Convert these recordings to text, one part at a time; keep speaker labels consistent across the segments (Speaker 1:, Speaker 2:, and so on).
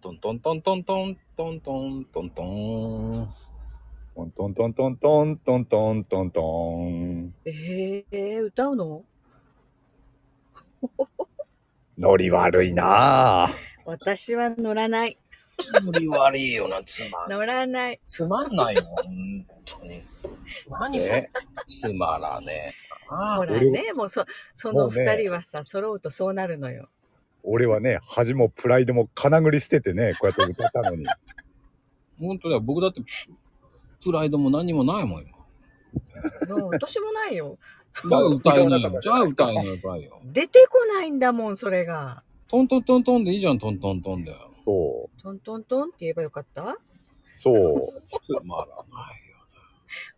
Speaker 1: トントントントントントントントントン。
Speaker 2: トントントントントントントントントン。
Speaker 3: えー、歌うの
Speaker 2: ノリ悪いなぁ。
Speaker 3: 私は乗らない。
Speaker 1: 無理悪いよな、つまん。
Speaker 3: 乗らない。
Speaker 1: つまんないよ、ほんとに。何それ
Speaker 2: ね。
Speaker 1: つまらねえな。
Speaker 3: ほら
Speaker 2: 俺
Speaker 3: ね、もうそ、そ
Speaker 2: も
Speaker 3: の
Speaker 2: うね
Speaker 3: 二人はさ、揃うとそうなるのよ。
Speaker 2: 俺はね、恥もプライドも金繰り捨ててね、こうやって歌った のに。
Speaker 1: ほんとだよ、僕だって、プライドも何もないもん、今。
Speaker 3: もう私もないよ。
Speaker 1: じゃあ歌いな
Speaker 2: う
Speaker 1: よ。
Speaker 2: ん
Speaker 1: じゃあ歌いなさいよ。
Speaker 3: 出てこないんだもん、それが。
Speaker 1: トントントントンでいいじゃん、トントントンだよ。
Speaker 2: そう。
Speaker 3: トントントンって言えばよかった
Speaker 2: そう。
Speaker 1: つまらないよ。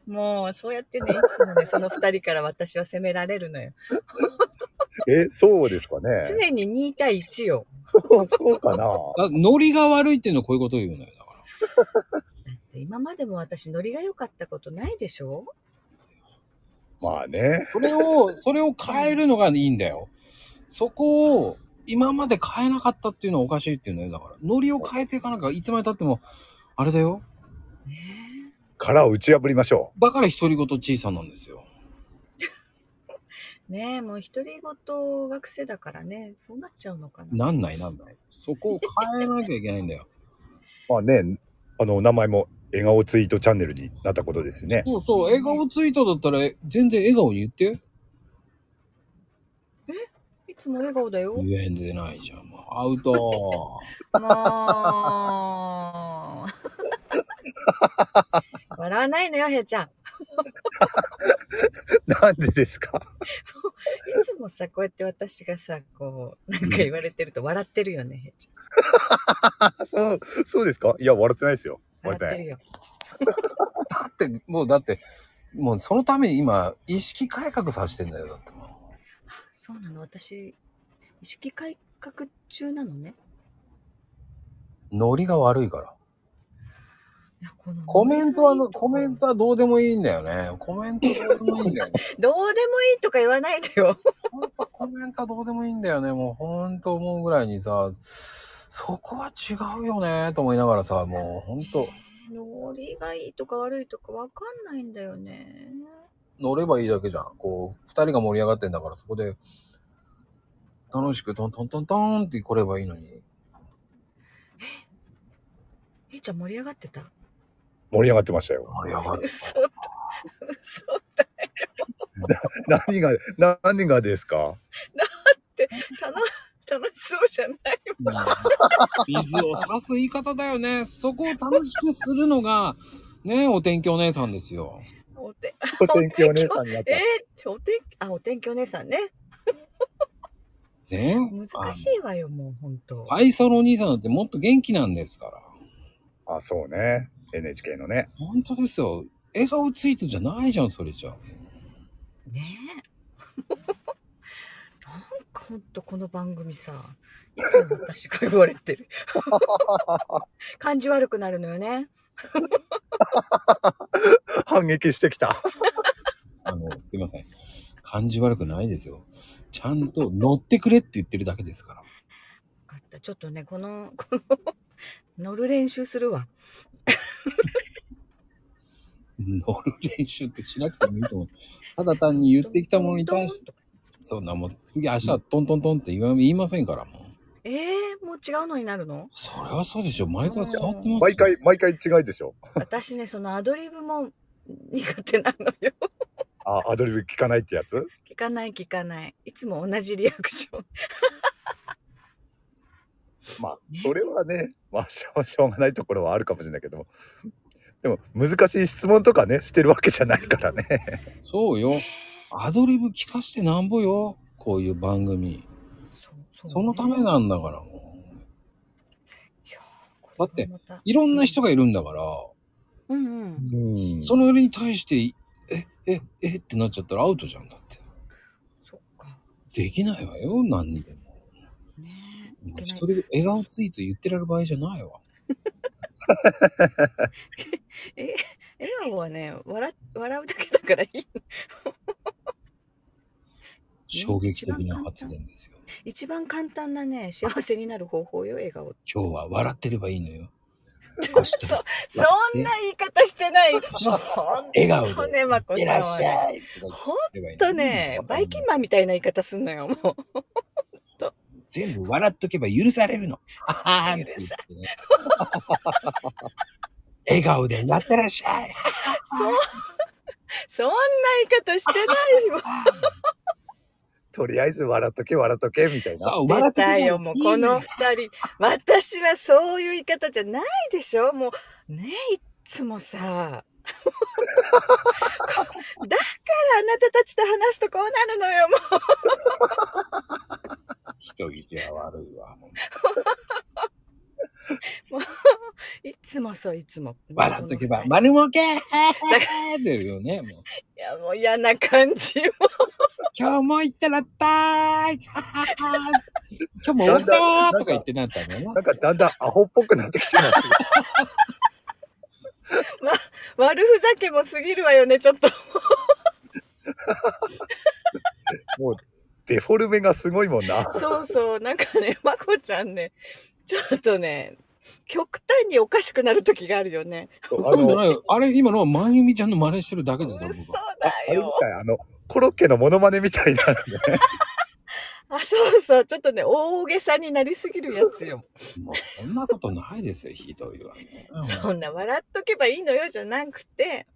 Speaker 3: もう、そうやってね、いつ もね、その二人から私は責められるのよ。
Speaker 2: え、そうですかね。
Speaker 3: 常に2対1よ。
Speaker 2: そう、 そうかな。
Speaker 1: だノリが悪いっていうのはこういうこと言うのよ、だから。
Speaker 3: 今までも私、ノリが良かったことないでしょ
Speaker 2: まあね。
Speaker 1: それを、それを変えるのがいいんだよ。そこを、今まで変えなかったっていうのはおかしいっていうのよ。だから、ノリを変えていかなきゃ、いつまで経っても、あれだよ。
Speaker 2: 殻を打ち破りましょ
Speaker 1: だから独り言小さなんですよ。
Speaker 3: ねえ、もう独り言が癖だからね、そうなっちゃうのかな。
Speaker 1: なんないなんない。そこを変えなきゃいけないんだよ。
Speaker 2: う。まあね、あの、お名前も笑顔ツイートチャンネルになったことですね。
Speaker 1: そうそう、笑顔ツイートだったら、え全然笑顔に言って。
Speaker 3: いつも笑顔だよ。
Speaker 1: 言えんでないじゃん。もうアウト。
Speaker 3: もう。 笑わないのよ、へいちゃん。
Speaker 2: なんでですか
Speaker 3: いつもさ、こうやって私がさ、こう、なんか言われてると笑ってるよね、へいち
Speaker 2: あそう、そうですかいや、笑ってないですよ。
Speaker 3: ゃん。
Speaker 2: 笑ってない
Speaker 3: 笑って。るよ。
Speaker 1: だって、もうだって、もうそのために今、意識改革させてんだよ。だってもう。
Speaker 3: そうなの、私、意識改革中なのね。
Speaker 1: ノリが悪いから。
Speaker 3: いやこの
Speaker 1: コメントはの、コメントはどうでもいいんだよね。コメントどうでもいいんだよね。
Speaker 3: どうでもいいとか言わないでよ。
Speaker 1: ほんとコメントはどうでもいいんだよね。もうほんと思うぐらいにさ、そこは違うよね、と思いながらさ、もうほんと、
Speaker 3: ノリがいいとか悪いとかわかんないんだよね。
Speaker 1: 乗ればいいだけじゃん。こう、二人が盛り上がってんだから、そこで、楽しくトントントントンって来ればいいのに。
Speaker 3: へいちゃん盛り上がっ てた
Speaker 2: 盛り上がってましたよ。
Speaker 1: 盛り上がって。
Speaker 3: 嘘だ。嘘だ。
Speaker 2: 何が、な何がですか
Speaker 3: 楽楽しそうじゃない
Speaker 1: 水を差す言い方だよね。そこを楽しくするのが、ね、お天気お姉さんですよ。
Speaker 3: おて
Speaker 2: お天気お姉さんになっ
Speaker 3: えー
Speaker 2: た。、
Speaker 3: ってお天気あお天気お姉さんね
Speaker 1: ね。
Speaker 3: 難しいわよもう本当
Speaker 1: 愛想のお兄さんだってもっと元気なんですから。
Speaker 2: あ、そうね。NHK のね。
Speaker 1: 本当ですよ。笑顔ツイートじゃないじゃん、それじゃ。
Speaker 3: ね えなんか本当この番組さいつも私が言われ てる感じ悪くなるのよね
Speaker 2: 反撃してきた。
Speaker 1: あの、 すいません。感じ悪くないですよ。ちゃんと乗ってくれって言ってるだけですから。
Speaker 3: わかったちょっとねこのこの乗る練習するわ
Speaker 1: 乗る練習ってしなくてもいいと思う。ただ単に言ってきたものに対して、そんなもう次明日はトントントンって言わ言いませんから、もう。
Speaker 3: えー、もう違うのになるの
Speaker 1: それはそうでしょ。毎回変わってますよ
Speaker 2: 毎回、。毎回違いでしょ。
Speaker 3: 私ねそのアドリブも苦手なのよ
Speaker 2: あ、アドリブ聞かないってやつ
Speaker 3: 聞かない聞かないいつも同じリアクション
Speaker 2: まあ、それはね、まあしょう、しょうがないところはあるかもしれないけども。でも、難しい質問とかね、してるわけじゃないからね。
Speaker 1: そうよ。アドリブ聞かしてなんぼよ。こういう番組。
Speaker 3: そう
Speaker 1: そのため
Speaker 3: だ
Speaker 1: なんだから、もう。だっていろんな人がいるんだから、
Speaker 3: うんうん
Speaker 2: うん
Speaker 1: そのよりに対して、え、え、えってなっちゃったらアウトじゃんだって。
Speaker 3: そっか
Speaker 1: できないわよ、何にでも。
Speaker 3: ねえい
Speaker 1: もう
Speaker 3: け
Speaker 1: 一
Speaker 3: ない
Speaker 1: 人で笑顔ツイート言ってられる場合じゃないわ。
Speaker 3: 笑顔はね笑笑うだけだからいい
Speaker 1: 衝撃的な発言ですよ。
Speaker 3: 一番簡単なね、幸せになる方法よ、笑顔。
Speaker 1: 今日は笑ってればいいのよ。明日
Speaker 3: そ
Speaker 1: も
Speaker 3: そんな言い方してない。笑
Speaker 1: 笑顔で、
Speaker 3: ね、
Speaker 1: い
Speaker 3: まこ
Speaker 1: っ
Speaker 3: ち
Speaker 1: て
Speaker 3: ゃ
Speaker 1: ら
Speaker 3: ん
Speaker 1: っし
Speaker 3: は。
Speaker 1: ゃいとか
Speaker 3: ほん
Speaker 1: 言ってればいいの
Speaker 3: とね、バイキンマンみたいな言い方すんのよ、もう。
Speaker 1: 全部笑っとけば許されるの。あははんって言ってね笑顔でやってらっしゃい。
Speaker 3: そんな言い方してないよ。
Speaker 2: とりあえず笑っとけ笑っとけみたいな
Speaker 1: そう、笑
Speaker 3: 出
Speaker 1: って
Speaker 3: た
Speaker 1: ればいい
Speaker 3: よ、もうこの二人。私はそういう言い方じゃないでしょもう、ねえ、いっつもさ。こだからあなたたちと話すとこうなるのよ、もう。
Speaker 1: 人聞は悪いわ。もう
Speaker 3: いつもそう、いつも。
Speaker 1: 笑っとけば、
Speaker 3: い
Speaker 1: 丸 儲けって言うよね。もう
Speaker 3: や、もう嫌な感じ。も
Speaker 1: 今日も行ってらったーい ははは今日も終わったわーとか言ってなったんだよ
Speaker 2: な。
Speaker 1: なん
Speaker 2: かだんだんアホっぽくなってきてます
Speaker 3: う悪ふざけも過ぎるわよね、ちょっと。
Speaker 2: もうデフォルメがすごいもんな
Speaker 3: そうそう、なんかね、まこちゃんね、ちょっとね、極端におかしくなる時があるよね。
Speaker 2: あ
Speaker 1: あ
Speaker 2: のあ
Speaker 1: のあれ、今のはまゆみちゃんの真似してるだけで
Speaker 3: 嘘
Speaker 1: すから、僕は。
Speaker 3: だ
Speaker 2: あれみ
Speaker 3: よ。
Speaker 2: たいあのコロッケのモノマネみたいなね
Speaker 3: あ、そうそう、ちょっとね、大げさになりすぎるやつよ。
Speaker 1: もうそんなことないですよ、ひどいわね。
Speaker 3: そんな笑っとけばいいのよじゃな くて、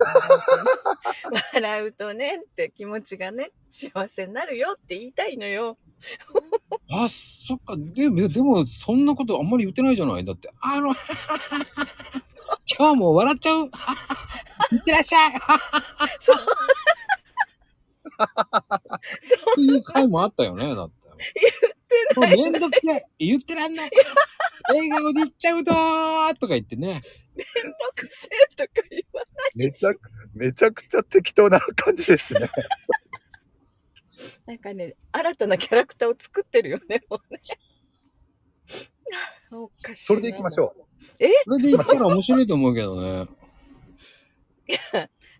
Speaker 3: 笑うとねって気持ちがね、幸せになるよって言いたいのよ。
Speaker 1: あ、そっか。でも、でも、そんなことあんまり言ってないじゃない。だって、あの、 今日も笑っちゃう。いってらっしゃい。っていう回もあったよね、だって。言ってない。もうめんどくせえ。言ってらんない。笑顔で言っちゃうとーとか言ってね。
Speaker 3: めんどくせえとか言わ
Speaker 2: めちゃくめちゃくちゃ適当な感じですね
Speaker 3: なんかね、新たなキャラクターを作ってるよね、もうね。おかしい
Speaker 2: それでいきましょう
Speaker 1: それで言ったら面白いと思うけどね。
Speaker 3: う。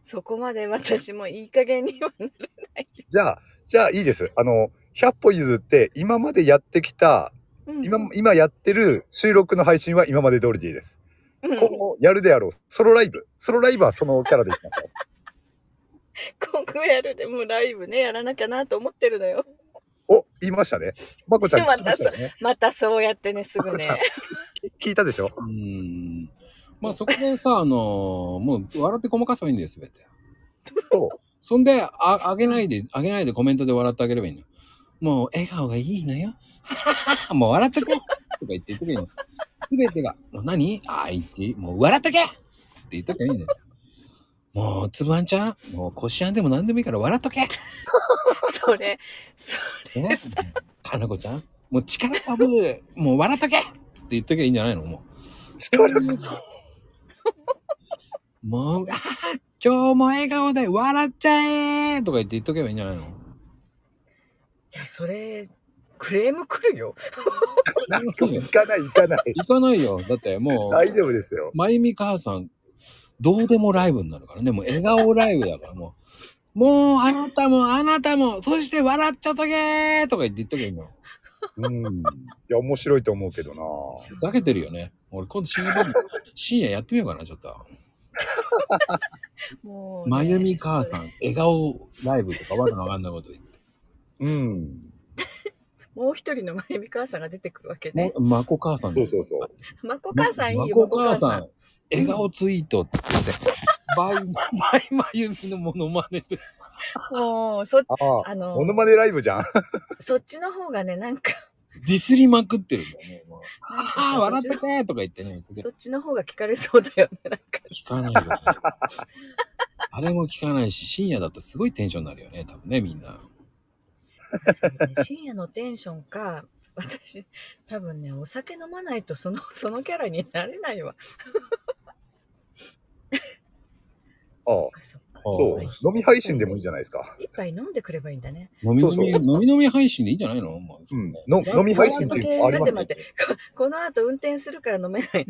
Speaker 3: そこまで私もいい加減にはなれないよ。
Speaker 2: じゃあじゃあいいですあの100歩譲って今までやってきた
Speaker 3: うん
Speaker 2: 今今やってる収録の配信は今まで通りでいいです
Speaker 3: うん
Speaker 2: 今後やるであろうソロライブソロライブはそのキャラでいきましょう
Speaker 3: 今後やるでもライブね、やらなきゃなと思ってるのよ。
Speaker 2: お、言いましたね。まこちゃん聞きましたよね。
Speaker 3: またそうやってね、すぐね。
Speaker 2: 聞いたでしょ
Speaker 1: うーん。まあそこでさ、あのーもう笑ってごまかせばいいんだよ、すべて。
Speaker 2: そう。
Speaker 1: そんで、あ、あげないで、あげないでコメントで笑ってあげればいいのよ。もう笑顔がいいのよ。 もう笑っとけとか言って言っとけばいいの。すべてが、もう何あいち、もう笑っとけつって言っとけばいいのよ。もう、つぶあんちゃん、もう、こしあんでも何でもいいから笑っとけ、ね、
Speaker 3: それ、それでさ、
Speaker 1: かなこちゃん、もう力かぶもう笑っとけつって言っとけばいいんじゃないのも
Speaker 2: 力 が
Speaker 1: う。もう、あはは今日も笑顔で笑っちゃえとか言って言っとけばいいんじゃないの
Speaker 3: いや、それ、クレーム来るよ。
Speaker 2: 行かない行かない。
Speaker 1: 行かないよ。だってもう。
Speaker 2: 大丈夫ですよ。
Speaker 1: まゆみ母さん、どうでもライブになるからね。もう笑顔ライブだから、もう。もう、あなたも、あなたも、そして笑っちゃっとけーとか言って言っとけばいいの。
Speaker 2: うん。いや、面白いと思うけどな。
Speaker 1: ふざけてるよね。俺今度深夜番組深夜やってみようかな、ちょっと。
Speaker 3: もう、
Speaker 1: まゆみ母さん、笑顔ライブとかわけのわかんないこと言って。
Speaker 2: うん。
Speaker 3: もう一人のまゆみ母さんが出てくるわけね
Speaker 1: も。まこ母さん
Speaker 2: そ
Speaker 1: で
Speaker 2: う
Speaker 1: す。
Speaker 2: そうそう。
Speaker 3: まこ母さんいいよ、
Speaker 1: まこ母さん
Speaker 3: まこ。
Speaker 1: 笑顔ツイートって言って、バイ、バイまゆみのモノマネでさ。
Speaker 3: 母さん。もう、そ、
Speaker 2: ああ、
Speaker 3: あの
Speaker 2: モノマネライブじゃん。
Speaker 3: そっちの方がね、なんか、
Speaker 1: ディスりまくってるんだよね。もう
Speaker 3: なんか
Speaker 1: ああ、
Speaker 3: さ
Speaker 1: 笑ってけーとか言ってね。
Speaker 3: そっちの方が聞かれそうだよね、なんか。
Speaker 1: 聞か ないよ、ね。あれも聞かないし、深夜だとすごいテンションになるよね、多分ね、みんな。
Speaker 3: 深夜のテンションか、私、多分ね、お酒飲まないとその、そのキャラになれないわ。
Speaker 2: ああ。
Speaker 3: あそっか
Speaker 2: そ
Speaker 1: ああ
Speaker 2: う。飲み配信でもいいじゃないですか。
Speaker 3: 一杯飲んでくればいいんだね。
Speaker 1: 飲み飲み、
Speaker 2: そう
Speaker 1: 飲み飲み配信でいいんじゃないのもう、
Speaker 2: うんの飲み配信っていうのあり
Speaker 3: 待っ
Speaker 2: ま
Speaker 3: て
Speaker 2: すね
Speaker 3: 待って、ここの後運転するから飲めないのよ。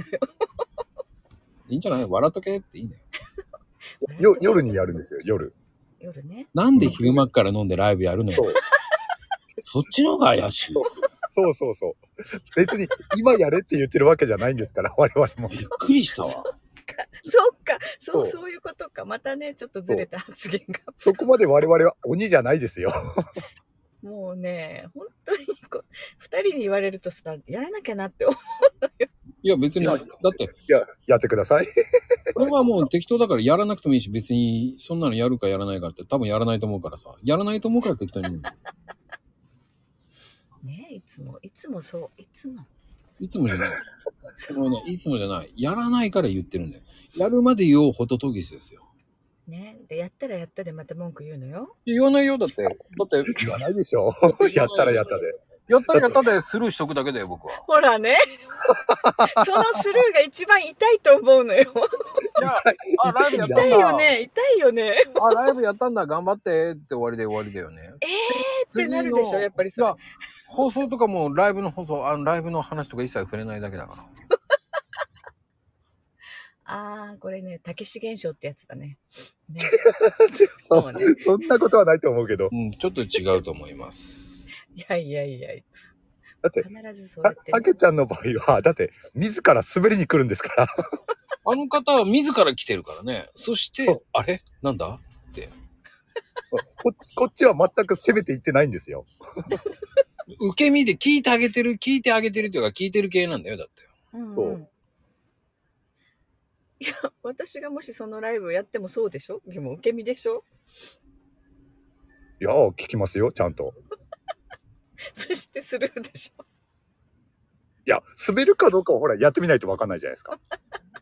Speaker 1: いいんじゃない笑っとけっていいね。
Speaker 2: よ夜にやるんですよ、夜。
Speaker 3: 夜ね。
Speaker 1: なんで昼間っから飲んでライブやるの
Speaker 2: そ
Speaker 1: よ。
Speaker 2: う。
Speaker 1: そっちの方が怪しい。び
Speaker 2: そうそうそう。別に今やれって言ってるわけじゃないんですから、我々も。
Speaker 1: っくりしたわ。
Speaker 3: そっか、そう、
Speaker 2: そう
Speaker 3: そういうことか。またね、ちょっとずれた発言が。
Speaker 2: そこまで我々は鬼じゃないですよ。
Speaker 3: もうね、本当にこう、二人に言われるとさ、やらなきゃなって思
Speaker 1: いや、別に、
Speaker 2: い
Speaker 1: だ
Speaker 2: や
Speaker 1: って、
Speaker 2: いや、やってください。
Speaker 1: これはもう適当だからやらなくてもいいし、別に、そんなのやるかやらないかって、多分やらないと思うからさ。やらないと思うから適当に言うんだよ。
Speaker 3: う。ねいつも、いつもそう、いつも。
Speaker 1: いつもじゃない。そのね、いつもじゃない。やらないから言ってるんだよ。やるまで言おう、ホトトギスですよ。
Speaker 3: ねで、やったらやったでまた文句言うのよ。
Speaker 1: いや言わないよ、だって。だって、
Speaker 2: 言わないでしょ。やったらやったで。
Speaker 1: やったらやったでスルーしとくだけだよ、僕は。
Speaker 3: ほらね。 そのスルーが一番痛いと思うの よ。
Speaker 1: いや、あ、ライブやったんだ。
Speaker 3: 痛いよね、痛いよね。
Speaker 1: あ、ライブやったんだ、頑張ってって終わりで終わりだよね。
Speaker 3: えーってなるでしょ、やっぱりそ
Speaker 1: い
Speaker 3: れ
Speaker 1: や。放送とかもライブの放送あのライブの話とか一切触れないだけだから
Speaker 3: あー、これね、たけし現象ってやつだね。 ね
Speaker 2: そ
Speaker 3: そう
Speaker 2: う
Speaker 3: ね。
Speaker 2: そんなことはないと思うけど。
Speaker 1: うんちょっと違うと思います
Speaker 3: いやいやいや、
Speaker 2: だって、
Speaker 3: 必ずそうや
Speaker 2: た
Speaker 3: って
Speaker 2: たけちゃんの場合は、だって、自ら滑りに来るんですから。
Speaker 1: あの方は自ら来てるからねそして
Speaker 2: そう
Speaker 1: あれなんだ
Speaker 2: こっち、こっちは全く攻めていってないんですよ。
Speaker 1: 受け身で聞いてあげてる聞いてあげてるというか聞いてる系なんだよだって
Speaker 3: んん
Speaker 2: そう
Speaker 3: いや私がもしそのライブやってもそうでしょでも受け身でしょ
Speaker 2: いや、聞きますよ、ちゃんと。
Speaker 3: そしてスルーでしょ
Speaker 2: いや、滑るかどうかをほら、やってみないとわかんないじゃないですか。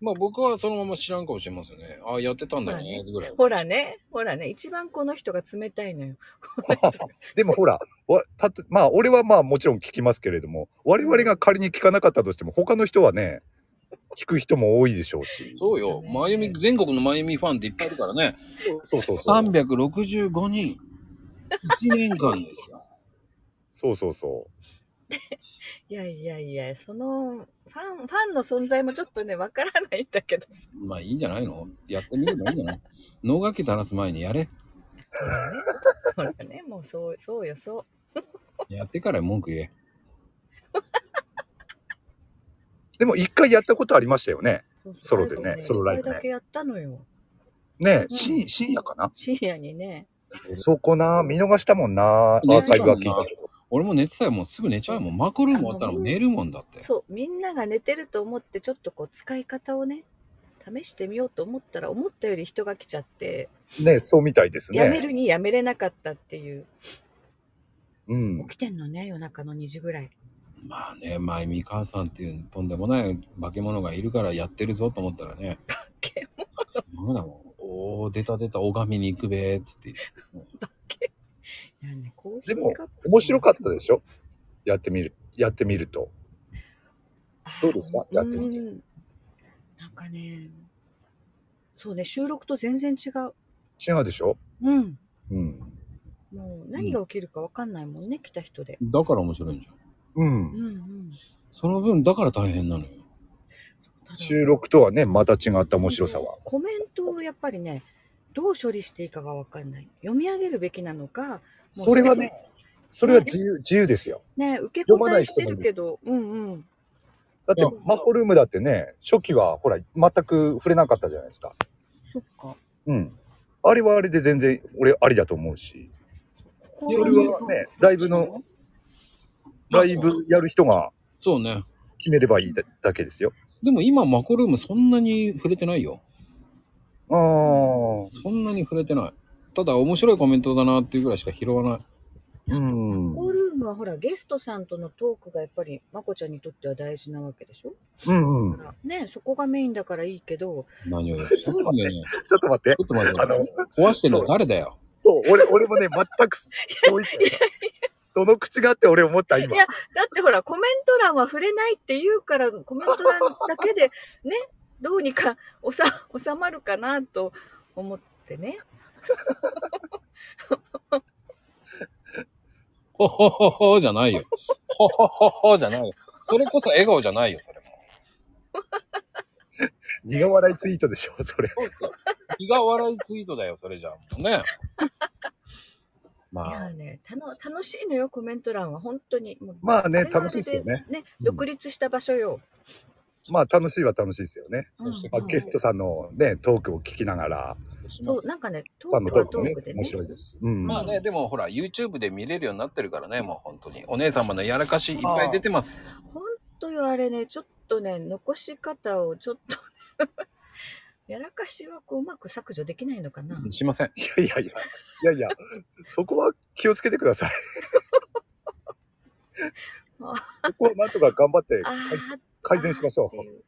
Speaker 1: まあ僕はそのまま知らんかもしれませんねあやってたんだよねぐらい
Speaker 3: ほらねほらね一番この人が冷たいのよこの 人
Speaker 2: でもほら、わたとまあ、俺はまあもちろん聞きますけれども、我々が仮に聞かなかったとしても、他の人はね、聞く人も多いでしょうし。
Speaker 1: そうよマユミ全国のマユミファンっていっぱいいるからね
Speaker 2: そうそうそう。
Speaker 1: 365人1年間ですよ
Speaker 2: そうそうそ
Speaker 3: いやいやいやそのファンファンの存在もちょっとねわからないん だけど さ
Speaker 1: まあいいんじゃないのやってみればいいんじゃ ない脳楽器垂らす前にやれ。
Speaker 3: ほらねもうそうそうよそ
Speaker 1: やってから文句言え。
Speaker 2: う。でも一回やったことありましたよね。
Speaker 3: うそう
Speaker 2: ソロでね
Speaker 3: ライブ
Speaker 2: ソロライブね
Speaker 3: 一回だけやったのよ
Speaker 2: ね
Speaker 3: うん
Speaker 2: え、深深夜かな
Speaker 3: 深夜にね
Speaker 2: そこな、見逃したもんな、アーカイブは聞いたけど。
Speaker 1: 俺も寝てたよ。もうすぐ寝ちゃうよもん。マクルーム終わったらもう寝るもんだって。
Speaker 3: そうみんなが寝てると思ってちょっとこう使い方をね試してみようと思ったら思ったより人が来ちゃって、
Speaker 2: ねえ、そうみたいですね。
Speaker 3: やめるにやめれなかったっていう
Speaker 2: うん。
Speaker 3: 起きてんのね夜中の2時ぐらい
Speaker 1: まあね、前美川さんっていうとんでもない化け物がいるからやってるぞと思ったらね。化
Speaker 3: け
Speaker 1: 物だもん。おー、出た出た、拝みに行くべーっつって言って。
Speaker 3: いやねコーヒ
Speaker 2: で
Speaker 3: ー
Speaker 2: も
Speaker 3: カップ、
Speaker 2: 面白かったでしょやってみる、やってみると。どうですかやってみて
Speaker 3: うんなんかねそうね収録と全然違う
Speaker 2: 違うでしょ
Speaker 3: うん
Speaker 2: うん。
Speaker 3: もう何が起きるかわかんないもんね、来た人で
Speaker 1: だから面白いんじゃん。
Speaker 2: う
Speaker 3: うん
Speaker 2: ん。
Speaker 3: うん
Speaker 1: その分、だから大変なのよ。
Speaker 3: ただ
Speaker 2: 収録とはね、また違った面白さは。
Speaker 3: コメントをやっぱりねどう処理していいかがわかんない読み上げるべきなのか
Speaker 2: それはね、それは自由、自由ですよ。
Speaker 3: ね受け
Speaker 2: 読ま
Speaker 3: 答
Speaker 2: ない
Speaker 3: えし
Speaker 2: 人
Speaker 3: て
Speaker 2: もいる
Speaker 3: るけど、うんうん。
Speaker 2: だって
Speaker 1: いや、
Speaker 2: マホルームだってね、初期はほら、全く触れなかったじゃないですか。
Speaker 3: そっか。
Speaker 2: うん。あれはあれで全然、俺、ありだと思うし。それはね、ライブの、ライブやる人が
Speaker 1: そうね。
Speaker 2: 決めればいいだだけですよ。
Speaker 1: でも今、マコルームそんなに触れてないよ。
Speaker 2: ああ、
Speaker 1: そんなに触れてない。ただ面白いコメントだなっていうぐらいしか拾わない。
Speaker 2: うん。
Speaker 3: コールームはほら、ゲストさんとのトークがやっぱり、まこちゃんにとっては大事なわけでしょ
Speaker 2: うんうん。
Speaker 3: だからね、そこがメインだからいいけど、
Speaker 1: 何を言うちょっと待って、ち
Speaker 2: ちょっと待って。
Speaker 1: ょっと待って
Speaker 2: あの、
Speaker 1: 壊してるの誰だよ。
Speaker 2: そう、俺、俺もね、全く、そういどの口があって俺思った、今
Speaker 3: い。やだってほら、コメント欄は触れないって言うから、コメント欄だけで、 ね、どうにか おさ収まるかなと思ってね。
Speaker 1: ほほほほじゃないよ。ほほほほじゃないよ。それこそ笑顔じゃないよ、それも。
Speaker 2: 苦笑いツイートでしょ、それ。
Speaker 1: そうそう。気が笑いツイートだよ、それじゃあ。もうね。ま
Speaker 3: い
Speaker 1: あ、
Speaker 3: やね、たの楽しいのよ、コメント欄は。本当に。もう
Speaker 2: まあね
Speaker 3: あれはあれ
Speaker 2: 楽しいですよね。
Speaker 3: ね、
Speaker 1: うん
Speaker 3: 独立した場所よ。
Speaker 2: まあ楽しいは楽しいですよね。
Speaker 1: そうして
Speaker 3: うんう
Speaker 2: ま
Speaker 3: ん
Speaker 2: あゲストさんのね、トークを聞きながら、
Speaker 3: そう、なんかね、ト
Speaker 2: さん
Speaker 3: ー
Speaker 2: の
Speaker 3: ク
Speaker 2: トー
Speaker 3: は
Speaker 2: ク
Speaker 3: ト
Speaker 2: もね
Speaker 3: ーク、でね
Speaker 2: 面。白いです。うん。
Speaker 1: まあね、でもほら、YouTube で見れるようになってるからね、もう本当に。お姉様のやらかしいっぱい出てます。
Speaker 3: 本当よ、あれね、ちょっとね、残し方をちょっとね、 やらかしはこううまく削除できないのかな。
Speaker 1: すいません。
Speaker 2: いやいやいや、いやいや、 そこは気をつけてくださ い。そこはなんとか頑張って
Speaker 3: あー
Speaker 2: 改善しましょ。。
Speaker 3: あーっていう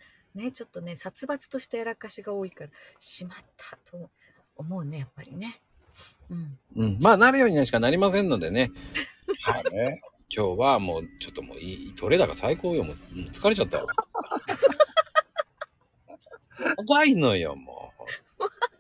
Speaker 3: ね、ちょっとね、殺伐としたやらかしが多いから、しまったと思うね、やっぱりね。うん。
Speaker 1: うん。まあ、なるようにしかなりませんのでね。はいう
Speaker 2: ね。
Speaker 1: 今日はもう、ちょっともういい、トレーダーが最高よ。もう、もう疲れちゃったわ。長いのよ、もう。